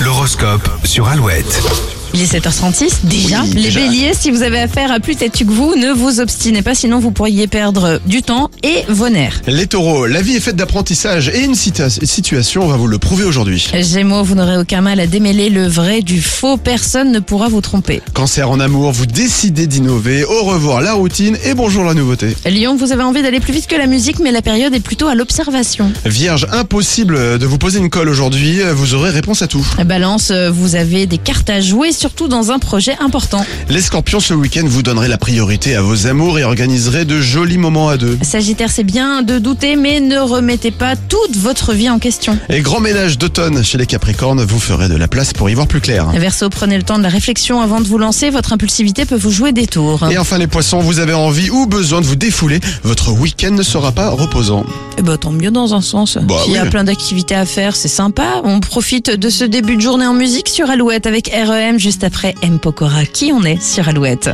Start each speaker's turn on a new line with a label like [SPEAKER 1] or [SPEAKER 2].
[SPEAKER 1] L'horoscope sur Alouette.
[SPEAKER 2] Il est 7h36 déjà.
[SPEAKER 3] Oui,
[SPEAKER 2] les
[SPEAKER 3] déjà.
[SPEAKER 2] béliers, si vous avez affaire à plus têtu que vous, ne vous obstinez pas, sinon vous pourriez perdre du temps et vos nerfs.
[SPEAKER 3] Les taureaux, la vie est faite d'apprentissage et une cita- situation va vous le prouver aujourd'hui.
[SPEAKER 2] Gémeaux, vous n'aurez aucun mal à démêler le vrai du faux, personne ne pourra vous tromper.
[SPEAKER 3] Cancer en amour, vous décidez d'innover, au revoir la routine et bonjour la nouveauté.
[SPEAKER 2] Lyon, vous avez envie d'aller plus vite que la musique, mais la période est plutôt à l'observation.
[SPEAKER 3] Vierge, impossible de vous poser une colle aujourd'hui, vous aurez réponse à tout.
[SPEAKER 2] Balance, euh, vous avez des cartes à jouer, surtout dans un projet important.
[SPEAKER 3] Les scorpions, ce week-end, vous donnerez la priorité à vos amours et organiserez de jolis moments à deux.
[SPEAKER 2] Sagittaire, c'est bien de douter, mais ne remettez pas toute votre vie en question.
[SPEAKER 3] Et grand ménage d'automne chez les capricornes, vous ferez de la place pour y voir plus clair.
[SPEAKER 2] Verseau, prenez le temps de la réflexion avant de vous lancer, votre impulsivité peut vous jouer des tours.
[SPEAKER 3] Et enfin les poissons, vous avez envie ou besoin de vous défouler, votre week-end ne sera pas reposant.
[SPEAKER 2] Eh ben, tant mieux dans un sens.
[SPEAKER 3] Bah
[SPEAKER 2] Il y a
[SPEAKER 3] oui.
[SPEAKER 2] plein d'activités à faire, c'est sympa. On profite de ce E début de journée en musique sur Alouette avec REM juste après M. Pokora. Qui on est sur Alouette